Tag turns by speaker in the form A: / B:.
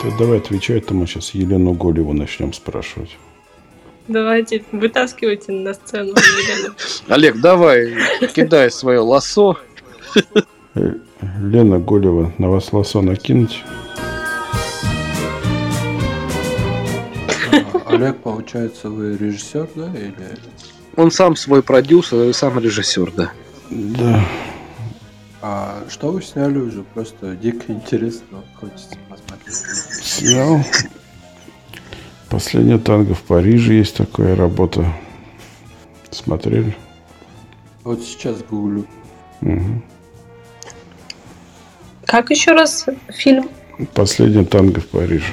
A: Ты давай отвечай, то мы сейчас Елену Голеву начнем спрашивать.
B: Давайте, вытаскивайте на сцену Елену.
C: Олег, давай, кидай свое лосо.
A: Э, Лена Голева, на вас лосо накинуть?
D: А, Олег, получается, вы режиссер, да? Или...
C: Он сам свой продюсер и сам режиссер, да.
A: Да.
D: А что вы сняли уже? Просто дико интересно. Хочется посмотреть.
A: Снял. Последняя танго в Париже есть такая работа. Смотрели?
D: Вот сейчас гуглю.
A: Мгм.
B: Как еще раз фильм?
A: Последняя танго в Париже.